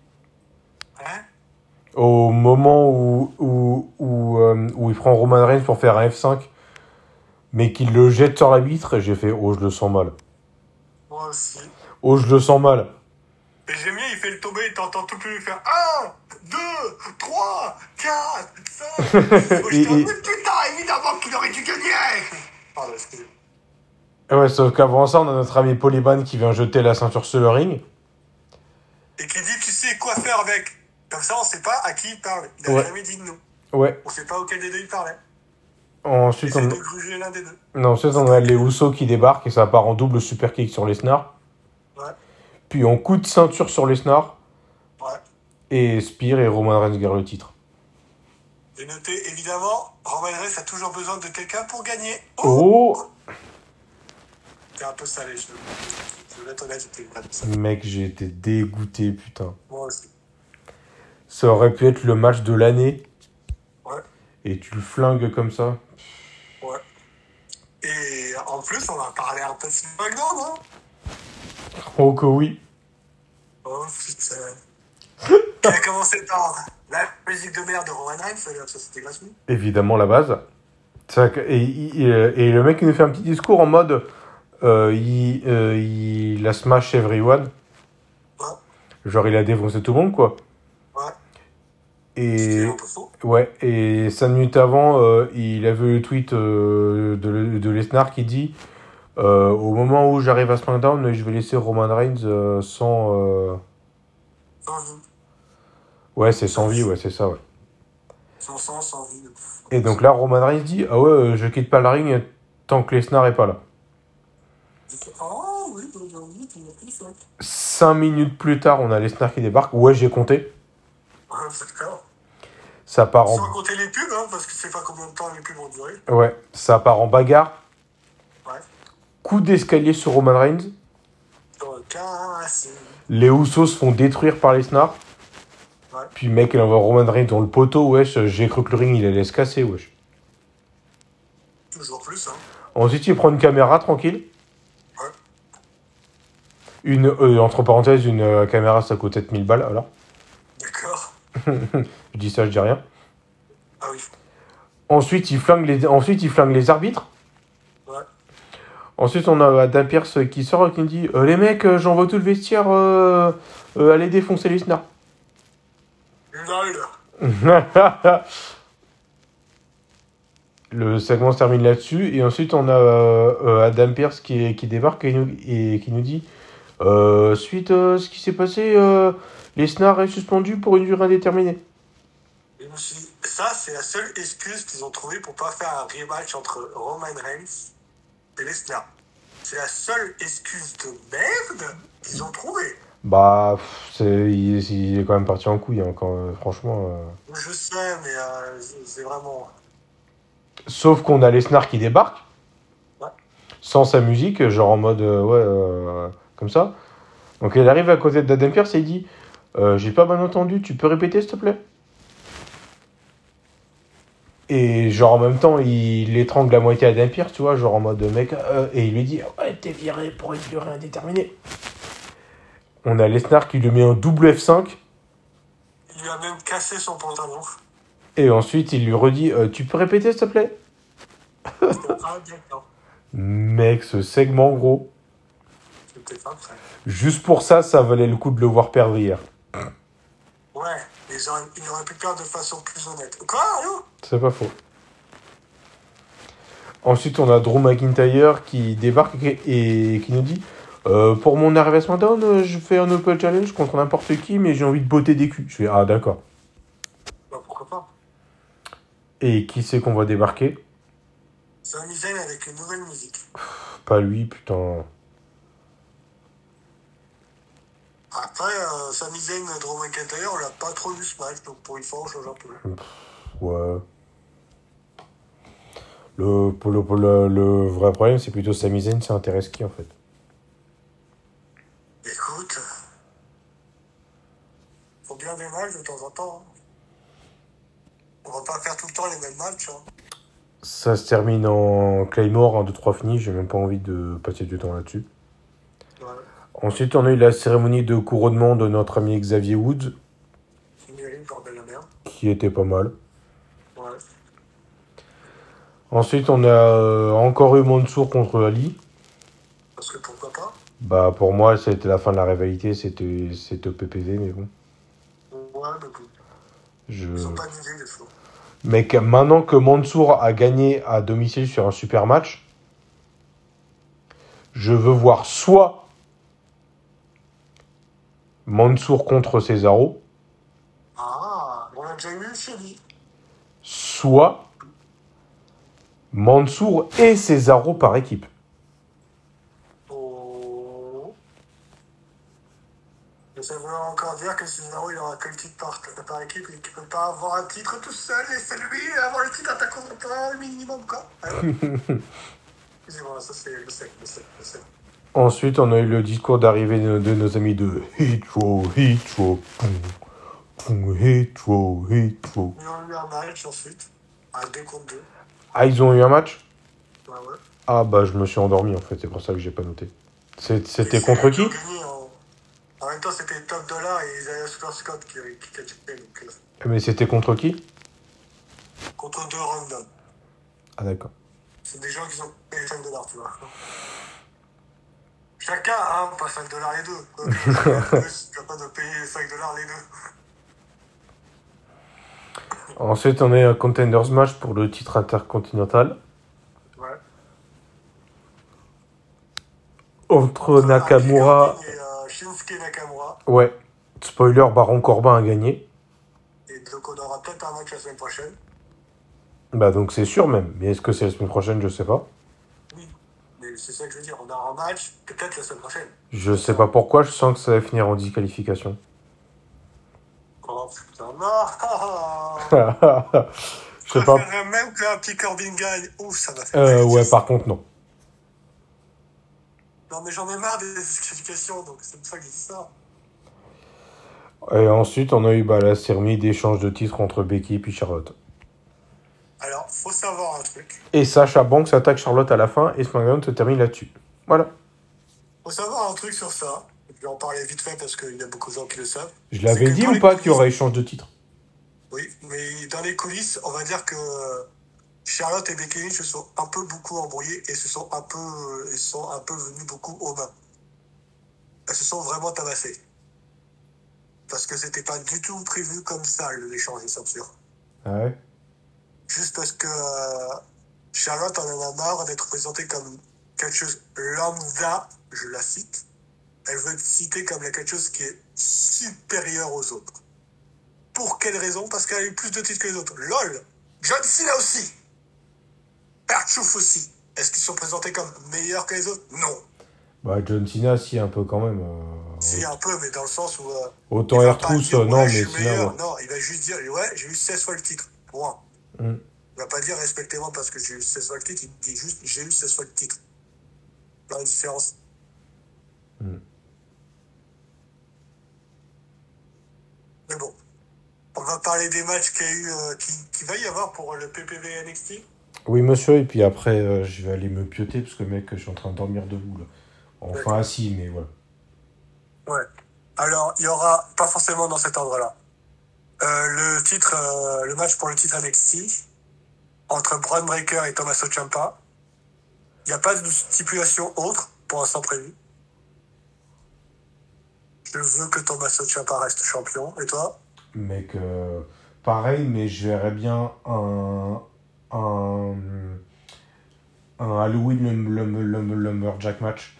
Speaker 2: Hein
Speaker 1: Au moment où, où, où, euh, où il prend Roman Reigns pour faire un F5, mais qu'il le jette sur la vitre, et j'ai fait Oh, je le sens mal.
Speaker 2: Moi aussi.
Speaker 1: Oh, je le sens mal.
Speaker 2: Et j'aime bien, il fait le tomber et t'entends tout plus lui faire 1, 2, 3, 4, 5.
Speaker 1: Et-
Speaker 2: Je t'en
Speaker 1: et-
Speaker 2: Mais putain, évidemment qu'il aurait dû gagner. Pardon, excusez.
Speaker 1: Ouais, sauf qu'avant ça, on a notre ami Polyban qui vient jeter la ceinture sur le ring.
Speaker 2: Et qui dit, tu sais quoi faire avec. Comme ça, on sait pas à qui il parle. Il a
Speaker 1: Ouais.
Speaker 2: jamais dit de nous.
Speaker 1: Ouais.
Speaker 2: On sait pas auquel des deux il parlait. Il
Speaker 1: Ensuite,
Speaker 2: essaie
Speaker 1: on,
Speaker 2: de gruger l'un des deux.
Speaker 1: non, ensuite, on a les Housseaux qui débarquent et ça part en double super kick sur Lesnar.
Speaker 2: Ouais.
Speaker 1: Puis en coup de ceinture sur Lesnar.
Speaker 2: Ouais.
Speaker 1: Et Spear et Roman Reigns garde le titre.
Speaker 2: Et notez, évidemment, Roman Reigns a toujours besoin de quelqu'un pour gagner. Oh,
Speaker 1: Oh
Speaker 2: T'es un peu salé, je Je voulais ton avis, t'es pas de ça.
Speaker 1: Oh, Mec, j'ai été dégoûté, putain.
Speaker 2: Moi aussi.
Speaker 1: Ça aurait pu être le match de l'année.
Speaker 2: Ouais.
Speaker 1: Et tu le flingues comme ça.
Speaker 2: Ouais. Et en plus, on va parler un peu de SmackDown, non
Speaker 1: Oh que oui.
Speaker 2: Oh putain. Qui a commencé par la musique de merde de Roman Reigns, alors ça c'était gratuit.
Speaker 1: Évidemment, la base. Ça que- Et, et- et le mec, il nous fait un petit discours en mode... euh, il, euh, il a smash everyone.
Speaker 2: Ouais.
Speaker 1: Genre, il a défoncé tout le monde, quoi.
Speaker 2: Ouais.
Speaker 1: Et,
Speaker 2: C'était un peu faux.
Speaker 1: ouais, et cinq minutes avant, euh, il avait le tweet euh, de, Le- de Lesnar qui dit euh, Au moment où j'arrive à SmackDown, je vais laisser Roman Reigns euh, sans. euh,
Speaker 2: Sans vie.
Speaker 1: Ouais, c'est sans vie, ouais, c'est ça, ouais.
Speaker 2: Sans sens, sans vie.
Speaker 1: Et donc là, Roman Reigns dit Ah ouais, euh, je quitte pas le ring tant que Lesnar est pas là.
Speaker 2: Oh oui, oui, oui, tu m'as pris ça.
Speaker 1: Cinq minutes plus tard, on a Lesnar qui débarque. Ouais, j'ai compté.
Speaker 2: Ouais, Ah, D'accord.
Speaker 1: Ça part
Speaker 2: Sans
Speaker 1: en.
Speaker 2: compter les pubs, hein, parce que je sais pas combien de temps les pubs vont durer.
Speaker 1: Ouais, ça part en bagarre.
Speaker 2: Ouais.
Speaker 1: Coup d'escalier sur Roman Reigns.
Speaker 2: Donc, ah, c'est.
Speaker 1: Les Houssos se font détruire par Lesnar.
Speaker 2: Ouais.
Speaker 1: Puis mec, il envoie Roman Reigns dans le poteau, wesh. J'ai cru que le ring, il allait se casser, wesh.
Speaker 2: Toujours plus, hein.
Speaker 1: Ensuite, il prend une caméra tranquille.
Speaker 2: Ouais.
Speaker 1: Une, euh, entre parenthèses, une euh, caméra, ça coûte peut-être 1000 balles, alors.
Speaker 2: D'accord.
Speaker 1: Je dis ça, je dis rien.
Speaker 2: Ah oui.
Speaker 1: Ensuite, il flingue les, ensuite, il flingue les arbitres.
Speaker 2: Ouais.
Speaker 1: Ensuite, on a Adam Pierce qui sort et qui dit Euh, Les mecs, euh, j'envoie tout le vestiaire, euh, euh, allez défoncer Lesnar.
Speaker 2: Lol.
Speaker 1: Le segment se termine là-dessus. Et ensuite, on a euh, euh, Adam Pierce qui, qui débarque et, nous- et qui nous dit euh, Suite à ce qui s'est passé, euh, Lesnar est suspendu pour une durée indéterminée.
Speaker 2: Et je me suis dit, ça, c'est la seule excuse qu'ils ont trouvée pour pas faire un rematch entre Roman Reigns et Lesnar. C'est la seule excuse de merde qu'ils ont trouvée.
Speaker 1: Bah, pff, c'est- il, est- il est quand même parti en couille, hein, quand, euh, franchement. euh.
Speaker 2: Je sais, mais euh, c'est- c'est vraiment.
Speaker 1: Sauf qu'on a Lesnar qui débarque.
Speaker 2: Ouais.
Speaker 1: Sans sa musique, genre en mode euh, ouais, euh, comme ça. Donc elle arrive à côté d'Adam Pierce et il dit Euh, J'ai pas bien entendu, tu peux répéter s'il te plaît Et genre en même temps, il étrangle la moitié Adam Pierce, tu vois, genre en mode mec, euh, et il lui dit Ah Ouais, t'es viré pour une durée indéterminée. On a Lesnar qui lui met un double F5
Speaker 2: Il lui a même cassé son pantalon.
Speaker 1: et ensuite il lui redit Euh, Tu peux répéter s'il te plaît
Speaker 2: C'était pas bien, non.
Speaker 1: Mec, ce segment gros.
Speaker 2: C'était pas prêt.
Speaker 1: Juste pour ça, ça valait le coup de le voir perdre hier.
Speaker 2: Ouais, mais ils auraient, ils auraient pu perdre de façon plus honnête. Quoi, allô
Speaker 1: C'est pas faux. Ensuite, on a Drew McIntyre qui débarque et et qui nous dit Euh, Pour mon arrivée à SmackDown, euh, je fais un Open Challenge contre n'importe qui, mais j'ai envie de botter des culs. Je fais Ah, d'accord.
Speaker 2: Bah, pourquoi pas
Speaker 1: Et qui c'est qu'on va débarquer
Speaker 2: C'est un Zayn avec une nouvelle musique.
Speaker 1: Pas lui, putain.
Speaker 2: Après, euh, Sami Zayn, Drew McIntyre, on l'a pas trop vu ce match, donc pour une fois, on change un peu.
Speaker 1: Ouais. Le, pour le, pour le- le vrai problème, c'est plutôt Sami Zayn, ça intéresse qui en fait
Speaker 2: Écoute, faut bien des matchs de temps en temps. hein. On va pas faire tout le temps les mêmes matchs. hein.
Speaker 1: Ça se termine en Claymore, 1, 2, 3 finis, j'ai même pas envie de passer du temps là-dessus.
Speaker 2: Voilà.
Speaker 1: Ensuite, on a eu la cérémonie de couronnement de notre ami Xavier Woods,
Speaker 2: C'est mérite, bordel de merde.
Speaker 1: qui était pas mal.
Speaker 2: Ouais.
Speaker 1: Ensuite, on a euh, encore eu Mansour contre Ali.
Speaker 2: Parce que pourquoi pas
Speaker 1: Bah, pour moi, c'était la fin de la rivalité, c'était c'était au PPV, mais bon.
Speaker 2: Ouais, mais bon.
Speaker 1: Je...
Speaker 2: Ils ont pas d'idée, les fous.
Speaker 1: Mec, maintenant que Mansour a gagné à domicile sur un super match, je veux voir soit Mansour contre Cesaro,
Speaker 2: Ah, on a déjà eu chez lui.
Speaker 1: soit Mansour et Cesaro par équipe.
Speaker 2: Oh. Mais ça veut encore dire que Cesaro, il aura que le titre par, par équipe et qu'il peut pas avoir un titre tout seul et c'est lui à avoir le titre intercontinental minimum, quoi. Hein Excusez-moi, ça c'est. Je sais, je sais, je sais.
Speaker 1: Ensuite, on a eu le discours d'arrivée de, de nos amis de Hitro, Hitro, Poum, Poum, Hitro, Hitro.
Speaker 2: Ils ont eu un match ensuite, à 2 contre 2.
Speaker 1: Ah, ils ont eu un match
Speaker 2: Bah ouais.
Speaker 1: Ah, bah, je me suis endormi en fait, c'est pour ça que j'ai pas noté. C'est- C'était
Speaker 2: Et c'est
Speaker 1: contre
Speaker 2: eux
Speaker 1: qui
Speaker 2: ont gagné en... en même temps, c'était Top Dollar et Isaiah Super Scott qui, qui catchaient, donc euh,
Speaker 1: Mais c'était contre qui
Speaker 2: contre deux randoms.
Speaker 1: Ah, d'accord.
Speaker 2: C'est des gens qui ont payé 5 dollars, tu vois. Chacun, hein, pas 5 dollars les deux. Quoi que, Tu vas pas de payer 5 dollars les deux.
Speaker 1: Ensuite, on est à Contenders Match pour le titre intercontinental.
Speaker 2: Ouais.
Speaker 1: Entre Oh,
Speaker 2: Ah,
Speaker 1: Nakamura.
Speaker 2: Et, euh, Shinsuke Nakamura.
Speaker 1: Ouais. Spoiler, Baron Corbin a gagné.
Speaker 2: Et donc on aura peut-être un match la semaine prochaine.
Speaker 1: Bah donc c'est sûr même. Mais est-ce que c'est la semaine prochaine Je sais pas.
Speaker 2: Mais c'est ça que je veux dire. On aura un match peut-être la semaine prochaine.
Speaker 1: Je sais pas pourquoi, je sens que ça va finir en disqualification.
Speaker 2: Oh putain, non
Speaker 1: je
Speaker 2: Je
Speaker 1: sais pas.
Speaker 2: préférerais même qu'un petit Corbin gagne. Ouf, ça va faire
Speaker 1: Euh,
Speaker 2: mal.
Speaker 1: ouais, par contre, non.
Speaker 2: Non, mais j'en ai marre des disqualifications, donc c'est pour ça que je dis ça.
Speaker 1: Et ensuite, on a eu bah, la cérémonie d'échange de titres entre Becky et Charlotte.
Speaker 2: Alors, faut savoir un truc.
Speaker 1: Et Sacha Banks attaque Charlotte à la fin et SmackDown se termine là-dessus. Voilà.
Speaker 2: Faut savoir un truc sur ça. Je vais en parler vite fait parce qu'il y a beaucoup de gens qui le savent.
Speaker 1: Je l'avais
Speaker 2: C'est que
Speaker 1: dit
Speaker 2: dans
Speaker 1: ou
Speaker 2: les
Speaker 1: pas qu'il y
Speaker 2: coulisses-
Speaker 1: aurait échange de titres
Speaker 2: Oui, mais dans les coulisses, on va dire que Charlotte et Becky Lynch se sont un peu beaucoup embrouillées et se sont un peu, euh, ils sont un peu venus beaucoup aux mains. Elles se sont vraiment tabassées. Parce que c'était pas du tout prévu comme ça, le échange de ceinture.
Speaker 1: Ah Ouais.
Speaker 2: Juste parce que euh, Charlotte en a marre d'être présentée comme quelque chose lambda, je la cite. Elle veut être citée comme la quelque chose qui est supérieure aux autres. Pour quelle raison Parce qu'elle a eu plus de titres que les autres. LOL John Cena aussi Perchouf aussi Est-ce qu'ils sont présentés comme meilleurs que les autres Non.
Speaker 1: Bah, John Cena, si, un peu quand même. euh,
Speaker 2: Si, un peu, mais dans le sens où... euh,
Speaker 1: Autant
Speaker 2: il va pas
Speaker 1: Airtrousse,
Speaker 2: dire,
Speaker 1: non,
Speaker 2: ouais,
Speaker 1: mais
Speaker 2: je suis
Speaker 1: Cena,
Speaker 2: meilleur.
Speaker 1: ouais.
Speaker 2: Non, il va juste dire, ouais, j'ai eu 16 fois le titre. Point.
Speaker 1: Mm.
Speaker 2: Il va pas dire, respectez-moi parce que j'ai eu 16 fois le titre. Il dit juste, j'ai eu 16 fois le titre. Pas de différence.
Speaker 1: Mm.
Speaker 2: Mais bon. On va parler des matchs qu'il y a eu, euh, qui, qui va y avoir pour le PPV NXT.
Speaker 1: Oui, monsieur, et puis après, euh, je vais aller me pioter parce que, mec, je suis en train de dormir debout, là. Enfin,
Speaker 2: D'accord.
Speaker 1: assis, mais voilà.
Speaker 2: Ouais. Alors, il y aura, pas forcément dans cet ordre-là, Euh, le titre, euh, le match pour le titre NXT entre Braun Breaker et Tommaso Ciampa. Il n'y a pas de stipulation autre pour l'instant prévue. Je veux que Tommaso Ciampa reste champion. Et toi
Speaker 1: Mec, euh, pareil, mais je verrais bien un. Un. Un Halloween Lum- Lum- Lum- Lumberjack match.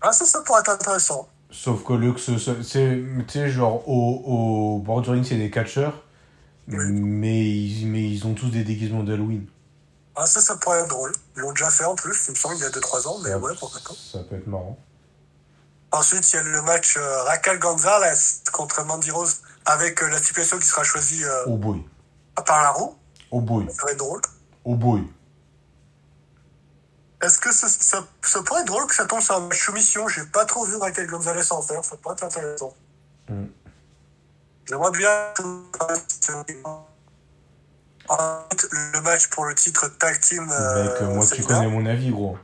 Speaker 2: Ah, ça, ça pourrait être intéressant.
Speaker 1: Sauf que le. que ce- ce- C'est, tu sais, genre, au, au bord du ring, c'est des catcheurs.
Speaker 2: Oui.
Speaker 1: Mais, ils, mais ils ont tous des déguisements d'Halloween.
Speaker 2: Ah, ça, ça pourrait être drôle. Ils l'ont déjà fait en plus, il me semble, il y a 2-3 ans, mais Euh, ouais, pourquoi pas.
Speaker 1: Ça peut être marrant.
Speaker 2: Ensuite, il y a le match euh, Raquel Gonzalez contre Mandy Rose avec euh, la stipulation qui sera choisie euh,
Speaker 1: Au Oh boy.
Speaker 2: par la roue.
Speaker 1: Au boy.
Speaker 2: Ça va être drôle.
Speaker 1: Au boy.
Speaker 2: Est-ce que ça, ça, ça pourrait être drôle que ça tombe sur un match soumission J'ai pas trop vu Raquel Gonzalez en faire, ça pourrait être intéressant.
Speaker 1: Mm.
Speaker 2: J'aimerais bien. Ensuite, le match pour le titre tag team. euh,
Speaker 1: Mec, euh, moi, tu
Speaker 2: féminin,
Speaker 1: connais mon avis, gros.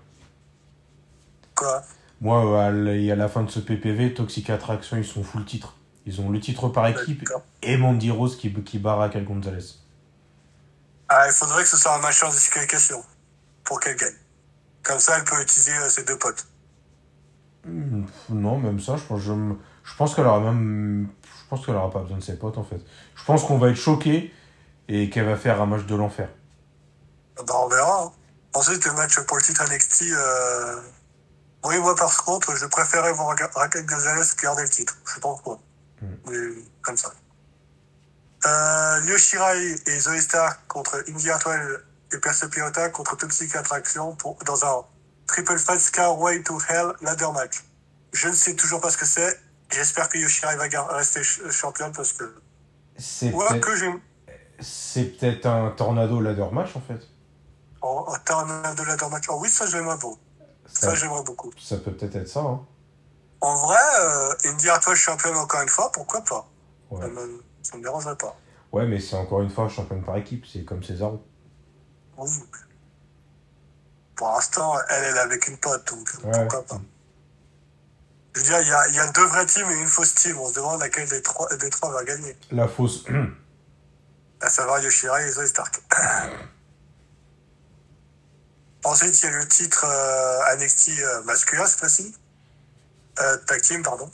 Speaker 2: Quoi
Speaker 1: Moi, euh, à la et à la fin de ce PPV, Toxic Attraction, ils sont full titre. Ils ont le titre par équipe
Speaker 2: D'accord.
Speaker 1: et Mandy Rose qui, qui barre Raquel Gonzalez.
Speaker 2: Ah, il faudrait que ce soit un match en disqualification pour qu'elle gagne. Comme ça, elle peut utiliser euh, ses deux potes.
Speaker 1: Hmm, Non, même ça, je pense, je, me- je pense qu'elle aura même. Je pense qu'elle aura pas besoin de ses potes en fait. Je pense qu'on va être choqué et qu'elle va faire un match de l'enfer.
Speaker 2: Bah, on verra. hein. Ensuite, le match pour le titre NXT. euh, Oui, moi, par contre, je préférais voir Ra- Raquel Gonzalez garder le titre. Je sais pas pourquoi.
Speaker 1: Mm.
Speaker 2: Mais comme ça. Euh, Lio Shirai et Zoe Star contre Indy Hartwell et Perse Pirota contre Toxic Attraction pour... dans un Triple Fat Scar Way to Hell ladder match. Je ne sais toujours pas ce que c'est. J'espère que Yoshirai va gar- rester ch- championne parce que.
Speaker 1: C'est
Speaker 2: Ouais,
Speaker 1: peut-être
Speaker 2: que j'ai.
Speaker 1: c'est peut-être un tornado ladder match en fait.
Speaker 2: En en termes Oh, de ladder match. Oh oui, ça, j'aimerais beaucoup.
Speaker 1: Ça,
Speaker 2: Ça, j'aimerais beaucoup.
Speaker 1: ça peut peut-être être ça. Hein.
Speaker 2: En vrai, euh, Indy Hartwell championne encore une fois, pourquoi pas
Speaker 1: Ouais.
Speaker 2: Ça me, ça me dérangerait pas.
Speaker 1: ouais, mais c'est encore une fois championne par équipe, c'est comme César.
Speaker 2: Oui. Pour l'instant, elle, elle est avec une pote, donc euh,
Speaker 1: Ouais.
Speaker 2: pourquoi pas. Je veux dire, il y a, il y a deux vrais teams et une fausse team. On se demande laquelle des trois, des trois va gagner.
Speaker 1: La fausse.
Speaker 2: À savoir Yoshirai et Zoe Stark. Ensuite, il y a le titre euh, NXT euh, masculin cette fois-ci. Euh, tag team, pardon.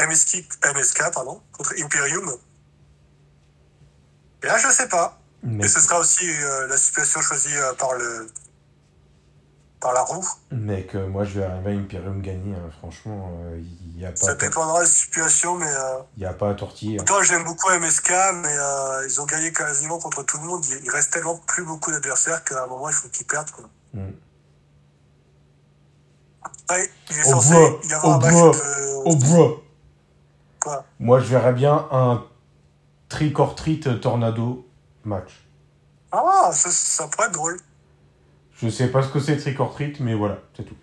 Speaker 2: MSK, MSK, pardon, contre Imperium. Et là, je sais pas.
Speaker 1: Mais,
Speaker 2: Et ce sera aussi euh, la situation choisie euh, par le par la roue.
Speaker 1: mais que moi, je vais arriver à Imperium gagné, hein. franchement, euh, il n'y a, pas
Speaker 2: Ça
Speaker 1: à tor-
Speaker 2: dépendra de la situation, mais euh,
Speaker 1: il y a pas à tortiller. hein.
Speaker 2: Toi, j'aime beaucoup MSK, mais euh, ils ont gagné quasiment contre tout le monde. Il il reste tellement plus beaucoup d'adversaires qu'à un moment, il faut qu'ils perdent. Quoi.
Speaker 1: Mm.
Speaker 2: Ouais, il est
Speaker 1: Au
Speaker 2: censé
Speaker 1: bois,
Speaker 2: y avoir
Speaker 1: au
Speaker 2: un match
Speaker 1: bois,
Speaker 2: de...
Speaker 1: Oh, bro
Speaker 2: Quoi
Speaker 1: Moi, je verrais bien un trick or treat tornado match.
Speaker 2: Ah, ça, ça pourrait être drôle.
Speaker 1: Je sais pas ce que c'est trick or treat, mais voilà, c'est tout.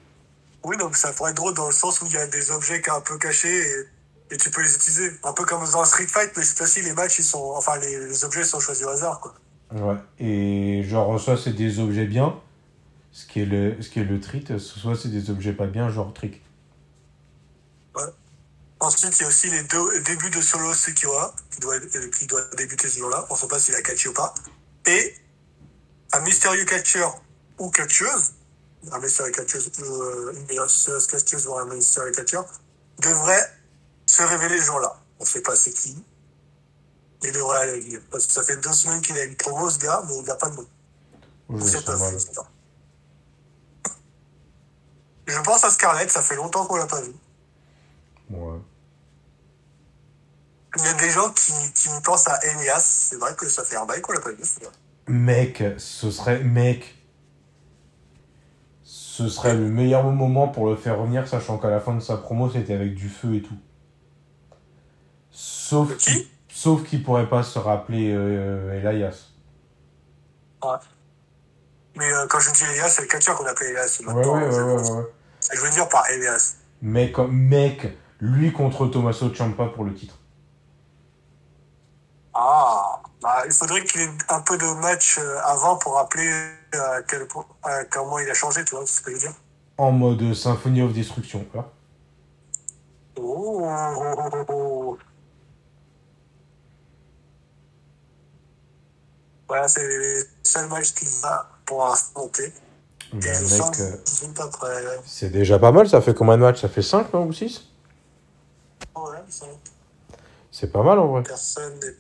Speaker 2: Oui, donc ça pourrait être drôle dans le sens où il y a des objets qui sont un peu cachés et, et tu peux les utiliser. Un peu comme dans Street Fight, mais cette fois-ci, les matchs, ils sont... Enfin, les, les objets sont choisis au hasard, quoi.
Speaker 1: Ouais. Et genre, soit c'est des objets bien, ce qui est le, ce qui est le treat, soit c'est des objets pas bien, genre trick.
Speaker 2: Ensuite, il y a aussi les deux débuts de solo Sekiwa, qui doit, euh, qui doit débuter ce jour-là. On ne sait pas s'il a catché ou pas. Et un mystérieux catcheur ou catcheuse, un mystérieux catcheuse ou euh, une mystérieuse catcheuse ou un mystérieux catcheur, devrait se révéler ce jour-là. On ne sait pas c'est qui. Il devrait aller lire. Parce que ça fait deux semaines qu'il a une promo, ce gars, mais il n'a pas de nom.
Speaker 1: Je
Speaker 2: On
Speaker 1: le
Speaker 2: sait
Speaker 1: sens
Speaker 2: pas,
Speaker 1: mal.
Speaker 2: c'est ça. Je pense à Scarlett, ça fait longtemps qu'on l'a pas vu.
Speaker 1: Ouais.
Speaker 2: Il y a des gens qui, qui pensent à Elias. C'est vrai que ça fait un bail qu'on l'a pas vu. celui-là.
Speaker 1: Mec, ce serait. Mec. Ce serait le meilleur moment pour le faire revenir, sachant qu'à la fin de sa promo, c'était avec du feu et tout. Sauf
Speaker 2: Le qui
Speaker 1: qu'il- Sauf qu'il pourrait pas se rappeler euh, Elias.
Speaker 2: Mais euh, quand je dis Elias, c'est le catcheur qu'on appelle Elias. c'est
Speaker 1: Ouais,
Speaker 2: maintenant,
Speaker 1: ouais, ouais,
Speaker 2: c'est-
Speaker 1: ouais, ouais, ouais.
Speaker 2: c'est- Je veux dire par Elias.
Speaker 1: Mec, mec, lui contre Tommaso Ciampa pour le titre.
Speaker 2: Ah, bah, il faudrait qu'il ait un peu de match euh, avant pour rappeler euh, à quel point- euh, comment il a changé, tu vois c'est ce que je veux dire.
Speaker 1: En mode Symphony of Destruction, quoi.
Speaker 2: Oh, oh, oh, oh, oh. Voilà, c'est le seul match qu'il a pour affronter.
Speaker 1: Bah,
Speaker 2: Et je sens
Speaker 1: mec, euh,
Speaker 2: qu'ils sont pas prêts.
Speaker 1: c'est déjà pas mal, ça fait combien de matchs Ça fait 5 ou 6
Speaker 2: Ouais, ils sont-
Speaker 1: C'est pas mal en vrai.
Speaker 2: Personne n'est.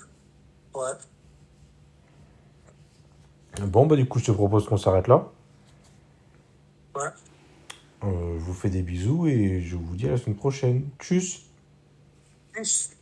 Speaker 2: Ouais.
Speaker 1: Bon, bah du coup, je te propose qu'on s'arrête là.
Speaker 2: Ouais.
Speaker 1: Euh, je vous fais des bisous et je vous dis à la semaine prochaine. Tchuss
Speaker 2: Plus.